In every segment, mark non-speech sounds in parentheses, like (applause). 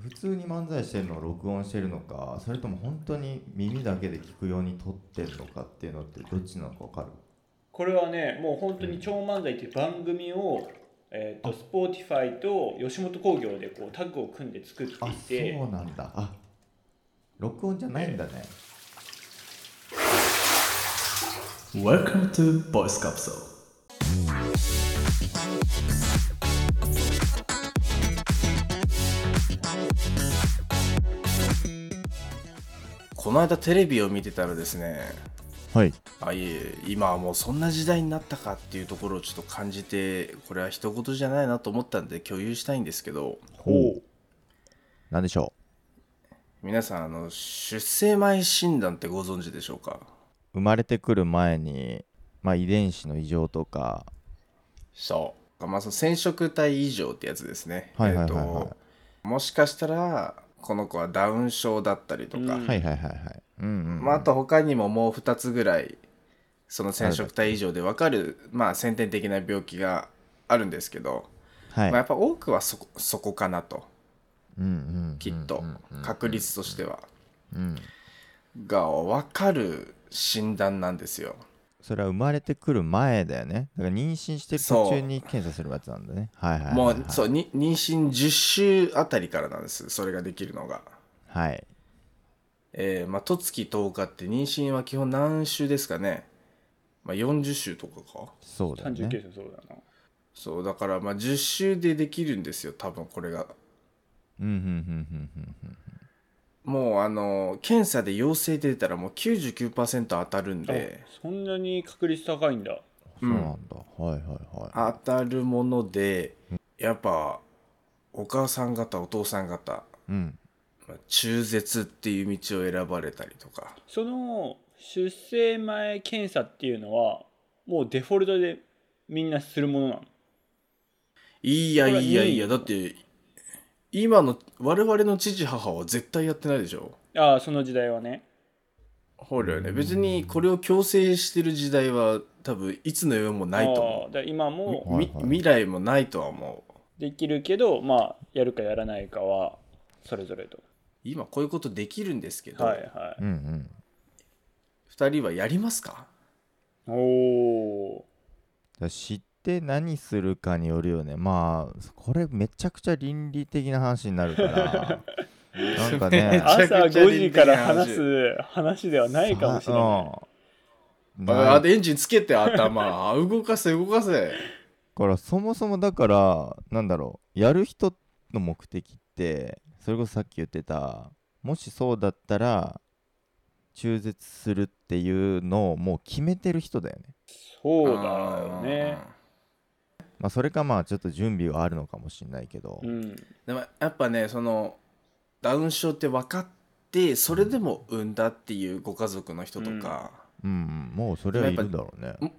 普通に漫才してるのを録音してるのかそれとも本当に耳だけで聞くように撮ってるのかっていうのってどっちなのか分かるこれはねもう本当に超漫才っていう番組を、えー、と Spotify と吉本興業でこうタッグを組んで作ってあいてそうなんだあ録音じゃないんだね Welcome to Voice Capsule. この間テレビを見てたらですねはいあいえ今はもうそんな時代になったかっていうところをちょっと感じてこれは一言じゃないなと思ったんで共有したいんですけどほう何でしょ皆さんあの出生前診断ってご存知でしょうかう生まれてくる前に、まあ、遺伝子の異常とかそう、まあ、その染色体異常ってやつですねはいはいはいはいえーともしかしたらこの子はダウン症だったりとか、うんはいはいはいはいうんうん、まあ、あと他にももう2つぐらいその染色体異常でわかる、まあ、先天的な病気があるんですけど、はい、まあ、やっぱ多くはそこそこかなとうんうんうんきっと確率としてはうんが分かる診断なんですよそれは生まれてくる前だよねだから妊娠してる途中に検査するやつなんだねはいはいはい、はい、もうそうに妊娠10週あたりからなんですそれができるのが。はいえー、まあ、十月10日って妊娠は基本何週ですかね、まあ、40週とかかそうだよ39ね歳そうだなそうだからまあ10週でできるんですよ多分これがうんうんうんうんうんうんもうあの検査で陽性出たらもう99%当たるんであそんなに確率高いんだそううんなんだ、はいはいはい当たるものでやっぱお母さん方お父さん方うんまあ中絶っていう道を選ばれたりとかその出生前検査っていうのはもうデフォルトでみんなするものなのいやいやいやだって今の我々の父母は絶対やってないでしょああその時代はねほらね別にこれを強制してる時代は多分いつの世もないとあ思あだから今う、もはいみはい未来もないとは思うできるけどまあやるかやらないかはそれぞれと今こういうことできるんですけど、はいはうんうん2人はやりますかいおおだ知って何するかによるよねまあこれめちゃくちゃ倫理的な話になるから (laughs) なんかねめちゃ朝くちゃ倫5理時的なから話話す話ではないかもしれないうんバカあとエンジンつけて頭 (laughs) あ動かせ動かせからそもそもだからなんだろうやる人の目的ってそれこそさっき言ってたもしそうだったら中絶するっていうのをもう決めてる人だよね、そうだよねまあ、それかまあちょっと準備はあるのかもしれないけど、うんうんでもやっぱねそのダウン症って分かってそれでも産んだっていうご家族の人とか、うんうん、もうそれはいるだろうねぱ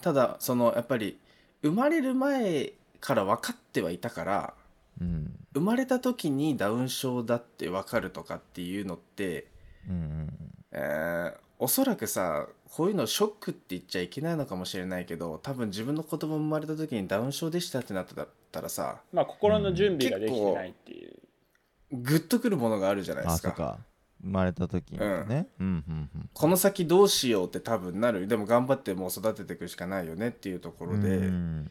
ただそのやっぱり生まれる前から分かってはいたからうん生まれた時にダウン症だって分かるとかっていうのって、うんうんえーおそらくさこういうのショックって言っちゃいけないのかもしれないけど多分自分の子供生まれた時にダウン症でしたってなってたらさまあ心の準備ができてないっていうグッとくるものがあるじゃないであすそかっか生まれた時にね、うん、うんうんこの先どうしようって多分なるでも頑張ってもう育てていくしかないよねっていうところで、うん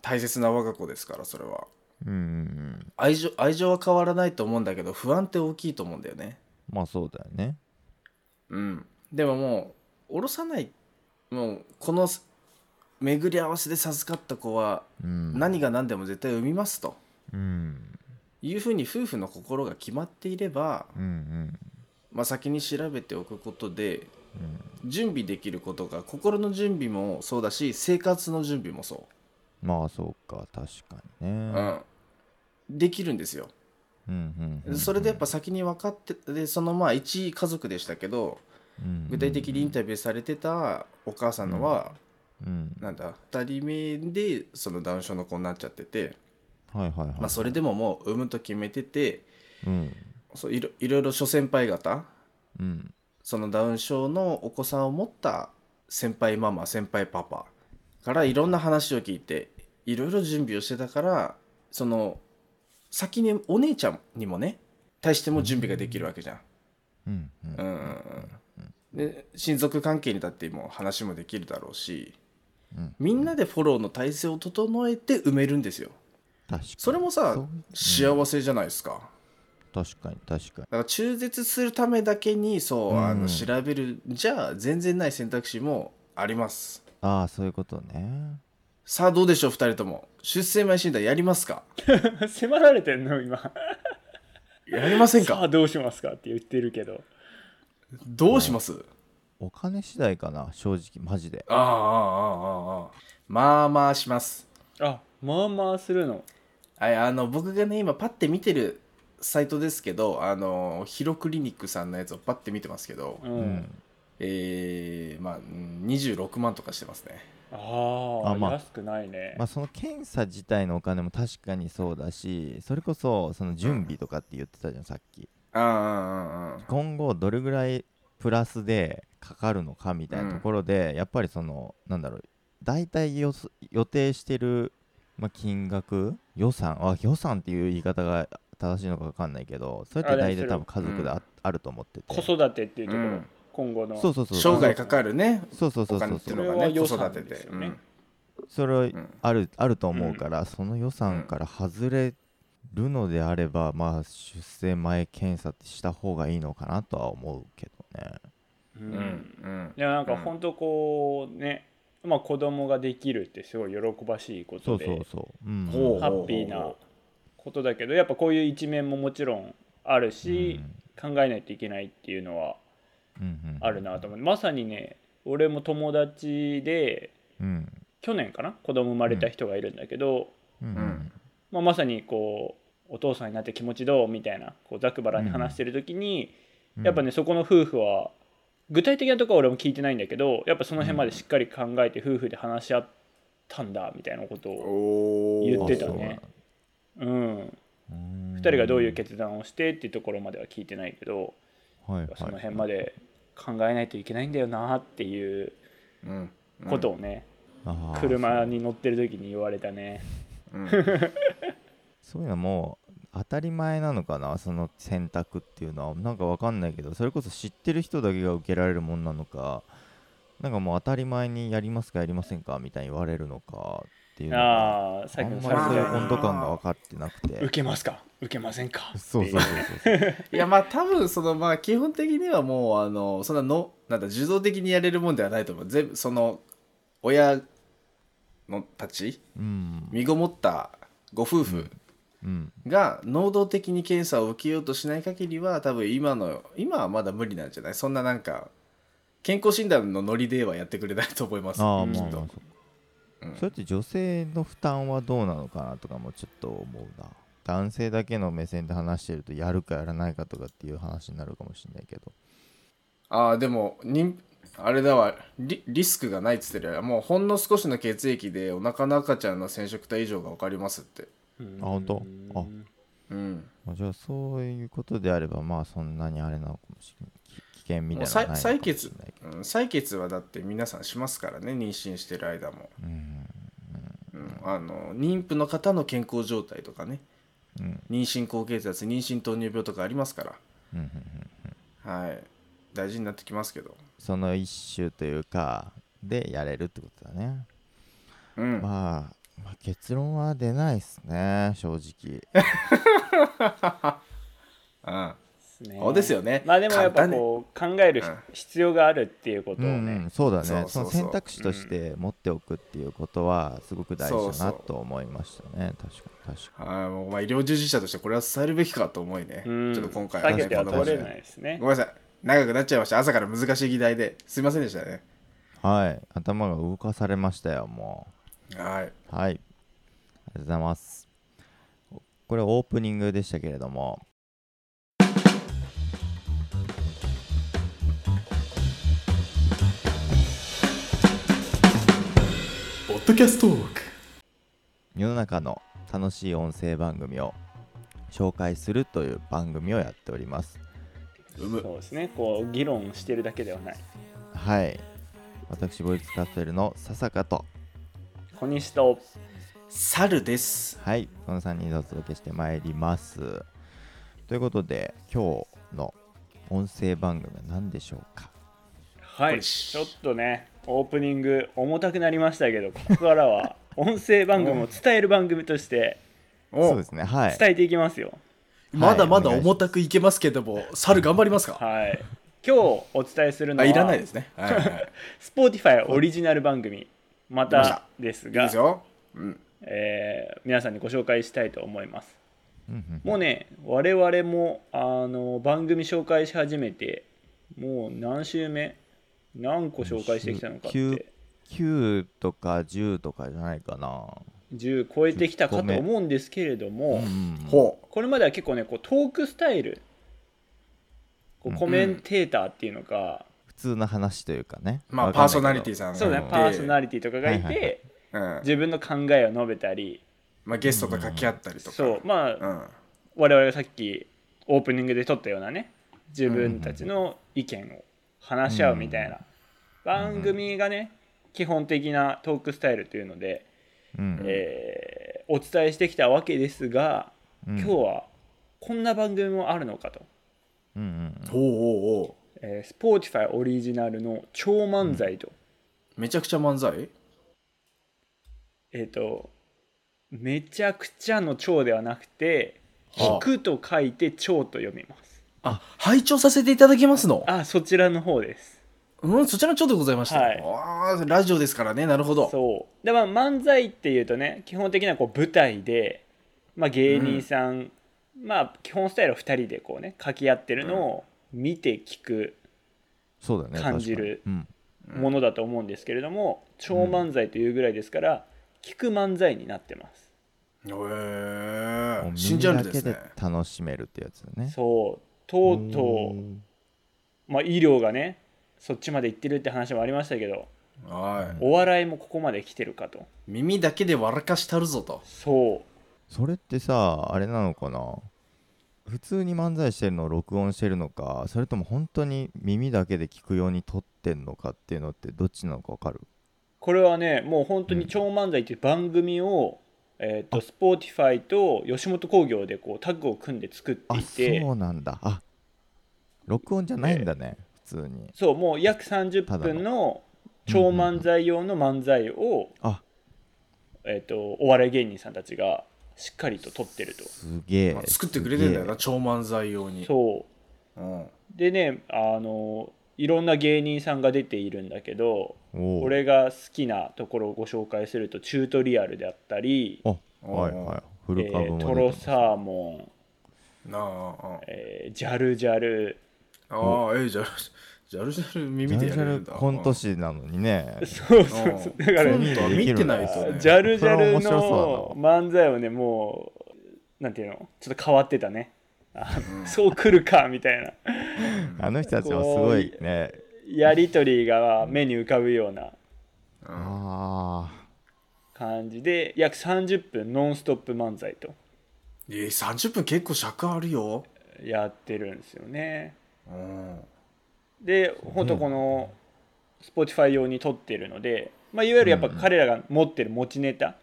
大切な我が子ですからそれはうんうん愛情愛情は変わらないと思うんだけど不安って大きいと思うんだよねまあそうだよねうん、でももう下ろさないもうこの巡り合わせで授かった子はうん何が何でも絶対産みますとうんいうふうに夫婦の心が決まっていれば、うんうんまあ、先に調べておくことでうん準備できることが心の準備もそうだし生活の準備もそまあそうか確かにう、ねうん、できるんですよ。うんうんうんそれでやっぱ先に分かってでそのまあ一家族でしたけどうん具体的にインタビューされてたお母さんのは、うんなんだ2人目でそのダウン症の子になっちゃってて、はいはいはいまあ、それでももう産むと決めててうんそういろいろいろ諸先輩方うんそのダウン症のお子さんを持った先輩ママ先輩パパからいろんな話を聞いていろいろ準備をしてたからその先にお姉ちゃんにもね対しても準備ができるわけじゃん。うんううんんうんうん、で親族関係にだってもう話もできるだろうしうんみんなでフォローの体制を整えて埋めるんですよ。確かにそれもさそう幸せじゃないですか。確かに確かにだから中絶するためだけにそう、うんあの調べるじゃあ全然ない選択肢もありますああそういうことねさあどうでしょう2人とも出生前診断やりますか (laughs) 迫られてんの今やりませんさかあどうしますかって言ってるけどどうしますお金次第かな正直マジでああああああああまあまあしますあまあまあするのはいあの僕がね今パッて見てるサイトですけどあのヒロクリニックさんのやつをパッて見てますけど、うん、うんえー、まあうん26万とかしてますねあーあまあ安くないね、まあその検査自体のお金も確かにそうだしそれこそその準備とかって言ってたじゃんさっきああああああ今後どれぐらいプラスでかかるのかみたいなところで、やっぱりそのなんだろう大体予す予定してる、まあ、金額予算あ予算っていう言い方が正しいのか分かんないけどそれってあれ大そ体れ多分家族であ,、あると思ってて子育てっていうところ、うん今後のそうそうそう生涯かかるねそうそうそおうそ金っうてそいううのそれがはね子予育算てでてすよねうんそれはうんあるあると思うから、その予算から外れるのであれば、まあ出生前検査ってした方がいいのかなとは思うけどねうんうんいやなんかうん本当こうね、まあ、子供ができるってすごい喜ばしいこそとうでそうそう、うん、ほうハッピーなことだけどやっぱこういう一面ももちろんあるし、考えないといけないっていうのはうんうんあるなと思うまさにね俺も友達でうん去年かな子供生まれた人がいるんだけど、うんんまあ、まさにこうお父さんになって気持ちどうみたいなこうざくばらんに話してる時に、やっぱねそこの夫婦は具体的なとこは俺も聞いてないんだけどやっぱその辺までしっかり考えて夫婦で話し合ったんだみたいなことを、言言ってたねうん、 2 2人がどういう決断をしてっていうところまでは聞いてないけどはいそのはい辺まで考えないといけないんだよなっていううんことをね、あー車に乗ってる時に言われたねうんそういうのも当たり前なのかなその選択っていうのはなんかわかんないけどそれこそ知ってる人だけが受けられるもんなのかなんかもう当たり前にやりますかやりませんかみたいに言われるのかっていうのがああさあっきんのまりさっそきういのう温度感が分かってなく受 (laughs) てけますか受けませんかそうそうそうそういやまあ多分そのまあ基本的にはもうあのそんなのなんだ受動的にやれるもんではないと思う全部その親のたちうん身ごもったご夫婦うんが能動的に検査を受けようとしない限りは多分今の今はまだ無理なんじゃないそんななんか健康診断のノリではやってくれないと思いますああきまあまっあそとうそれって女性の負担はどうなのかなとかもちょっと思うな男性だけの目線で話してるとやるかやらないかとかっていう話になるかもしれないけどああでも妊あれだわリリスクがないっつってるよもうほんの少しの血液でお腹の赤ちゃんの染色体異常が分かりますってうんあ本当あうんまあじゃあそういうことであればまあそんなにあれなのかもしれないき危険みもたういなのはな採いの採かもし血れないけうん採血はだって皆さんしますからね妊娠してる間も、どうんうんあの妊婦の方の健康状態とかねうん妊娠高血圧妊娠糖尿病とかありますからうんうんうんはい大事になってきますけどその一種というかでやれるってことだね、うん、まあまあ結論は出ないっすね正直うんねそうですよねまあでもやっぱ簡単にこう考えるうん必要があるっていうことうをね、んそうだねそうそうそうの選択肢として持っておくっていうことはすごく大事だそなうそうと思いましたね確かに確かはいもうまあ医療従事者としてこれは伝えるべきかと思いね、うんちょっと今回避けては話通がまれしないですねごめんなさい長くなっちゃいました朝から難しい議題ですいませんでしたねにはい頭が動かされましたよもうははいい。ありがとうございます。これオープニングでしたけれども。ポッドキャストトーク世の中の楽しい音声番組を紹介するという番組をやっております。うむそうですねこう議論してるだけではないはい。私、ボイスカプセルの笹香と小西と猿ですはい、この3人でお届けしてまいります。ということで、今日の音声番組は何でしょうかはこいれしちょっとねオープニング重たくなりましたけどここから (laughs) は音声番組を伝える番組としてそうですね、はい。伝えていきますよまだまだはいお願いします重たくいけますけども、猿頑張りますかはい今日お伝えするのあはいらないですね。はいはい、 Spotify オリジナル番組ま出ましたたですいいがですよ。うん、えー皆さんにご紹介したいと思いますうんうんもうね我々もあの番組紹介し始めてもう何週目何個紹介してきたのかって九9とか10とかじゃないかな。 10超えてきたかごとめん思うんですけれども、うんうんほう。これまでは結構ねこうトークスタイルうこうんコメンテーターっていうのか、普通の話というかね。まあ、わパかーんないけどソナリティさんがいてそうだねパーソナリティとかがいて、はいはいはいうん自分の考えを述べたりまあ、ゲストと掛け合ったりとか。そうまあ、うん。我々がさっきオープニングで撮ったようなね自分たちの意見を話し合うみたいな番組がね基本的なトークスタイルというので、うんえーお伝えしてきたわけですがうん今日はこんな番組もあるのかと、うんうんおうおうおえー、Spotify オリジナルの超漫才と,、うめちゃくちゃ漫才えっ、とめちゃくちゃの超ではなくては聞あくと書いて超と読みますあ、拝聴させていただきますの。あそちらの方ですうん、そちらのちょうでございました。はいああ、ラジオですからね、なるほど。そうでまあ漫才っていうとね基本的にはこう舞台で、まあ、芸人さん、まあ基本スタイルを2人でこうね掛け合ってるのを見て聞くそうだね。感じる確かに。うんものだと思うんですけれども、超漫才というぐらいですから聞く漫才になってます、へえもう新耳ジャンだルでけすねで。楽しめるってやつだね。そうとうとう、まあ、医療がねそっちまで行ってるって話もありましたけどはお笑いもここまで来てるかとい。耳だけで笑かしたるぞと。そうそれってさあれなのかな普通に漫才してるのを録音してるのかそれとも本当に耳だけで聞くように撮ってんのかっていうのってどっちなのかわかるこれはねもう本当に「超漫才」っていう番組を、えー、と Spotify と吉本興業でこうタッグを組んで作ってあいてそうなんだあ録音じゃないんだね、普通にそうもう約30ただの分の超漫才用の漫才を、あえー、とお笑い芸人さんたちがしっかりと撮ってるとすげえまあ作ってくれてんだよな、す超漫才用に。そううん。でねあのいろんな芸人さんが出ているんだけどげえおう俺が好きなところをご紹介するとチュートリアルであったり、あはいはいフえルカブーも出トてロますサーモンなあえージャルジャルああ、ああええじゃあ、 (laughs) じゃあるじゃるジ耳でャやジれャるルんだ。コント師なのにねそううそん。(laughs) う (laughs) そうだからねねコント見てないとね。ジャルジそれャルは面白のそ漫才はねもうなんていうのちょっと変わってたねあそうくるかみたいなあの人たちもすごいねやり取りが目に浮かぶようなあ感じで約30分ノンストップ漫才とええ、30分結構尺あるよ。やってるんですよねうん。で本当この Spotify 用に撮ってるので、まあ、いわゆるやっぱ彼らが持ってる持ちネタっ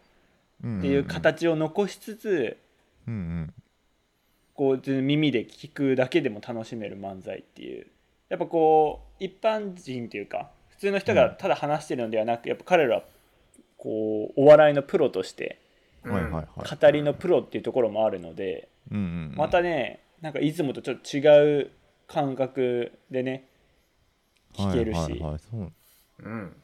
ーていう形を残しつつ、うんうんこう耳で聞くだけでも楽しめる漫才っていうやっぱこう一般人というか普通の人がただ話してるのではなく、やっぱ彼らはこうお笑いのプロとしてうんはいはいはい語りのプロっていうところもあるので、うんうんまたねなんかいつもとちょっと違う感覚でね聞けるし、はいはいはいそううん。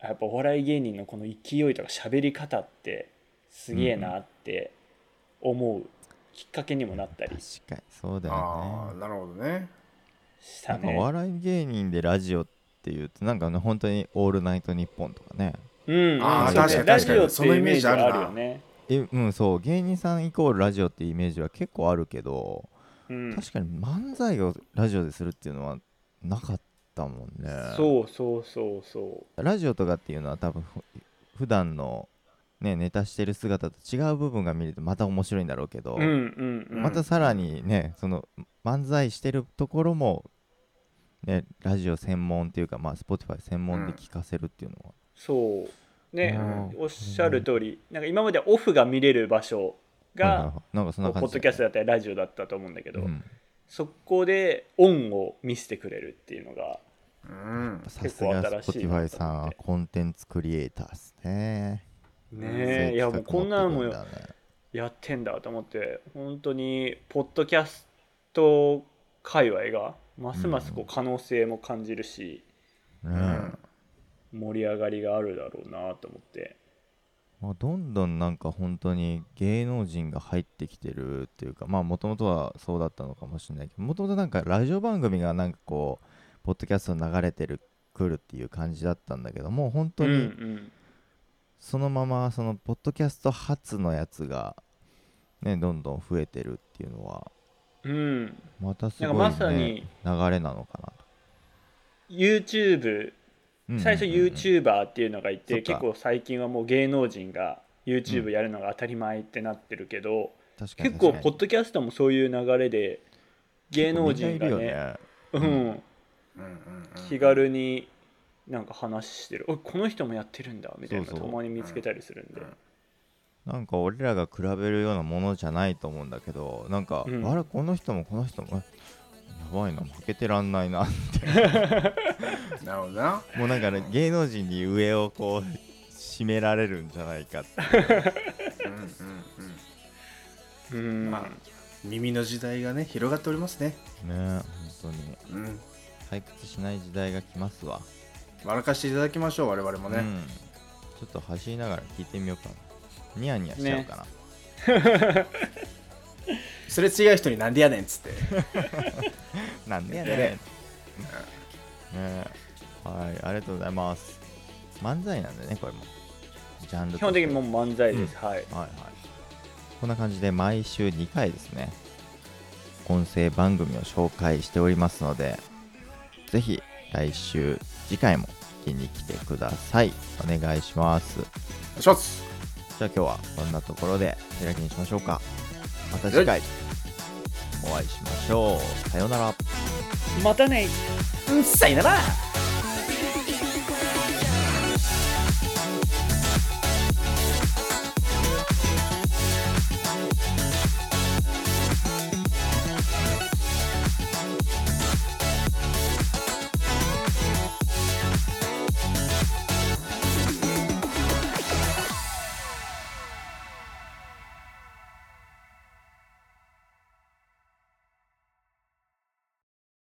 やっぱお笑い芸人のこの勢いとか喋り方ってすげえなって思うきっかけにもなったり確かにそうだよねああ、なるほどね。したなんねかお。笑い芸人でラジオっていうとなんかね本当に「オールナイトニッポン」とかねうん、ーうあんそう確かにラ確かジにオってそのいうイイメメーージジああるるなよね。えうんそう芸人さんイコールラジオっていうイメージは結構あるけど、うん、確かに漫才をラジオでするっていうのはなかったもんねそうそうそうそうラジオとかっていうのは多分ふ普段のねネタしてる姿と違う部分が見れてまた面白いんだろうけど、うんうんうんまたさらにねその漫才してるところもねラジオ専門っていうかまあ Spotify 専門で聞かせるっていうのは、そうねうんおっしゃる通りなんか今までオフが見れる場所はいはいがはいなんかそんなこうポ感ッじドキャストだったりラジオだったと思うんだけど、うんそこでオンを見せてくれるっていうのがうんさ結す構が新しいな Spotify さんはコンテンツクリエイターですねねえいやもうこんなのもそういう企画持ってくんだねやってんだと思って本当にポッドキャスト界隈がますますこう可能性も感じるし、ううんん盛り上がりがあるだろうなと思ってまあ、どんどんなんか本当に芸能人が入ってきてるっていうかまあもともとはそうだったのかもしれないけどもともとなんかラジオ番組がなんかこうポッドキャストに流れてる来るっていう感じだったんだけどもう本当うんうにんそのままそのポッドキャスト初のやつがねどんどん増えてるっていうのはうんまたすなんごかい、ね、まさに流れなのかなと YouTube うんうんうんうん。最初 YouTuber っていうのがいて、そっか結構最近はもう芸能人が YouTube やるのが当たり前ってなってるけど、確かに結構確かポにッドキャストもそういう流れで芸能人がみんないるよねねう、うんうんうんうん気軽になんか話してる「おいこの人もやってるんだ」みたいなそうそうたまに見つけたりするんで、うんなんか俺らが比べるようなものじゃないと思うんだけどなんか、うんあれこの人もこの人もあやばいな負けてらんない (laughs) ななるほどなもうなんかね芸能人に上をこう締められるんじゃないか (laughs) ってうんうんうんうんまあ耳の時代がね広がっておりますねね本当にうん退屈しない時代が来ますわ、笑かしていただきましょう我々もうね、ん、ちょっと走りながら聞いてみようかなニヤニヤしちゃうかな、それ違う人になんでやねんっつ (laughs) ってなんでやねんねはいありがとうございます漫才なんでねこれもジャンルとして基本的にもう漫才です、ははいいはい、こんな感じで毎週2回ですね音声番組を紹介しておりますのでぜひ来週次回も聞きに来てくださいお願いしますショッツじゃあ今日はこんなところで開きにしましょうかまた次回お会いしましょうさようならまたねうんさいなら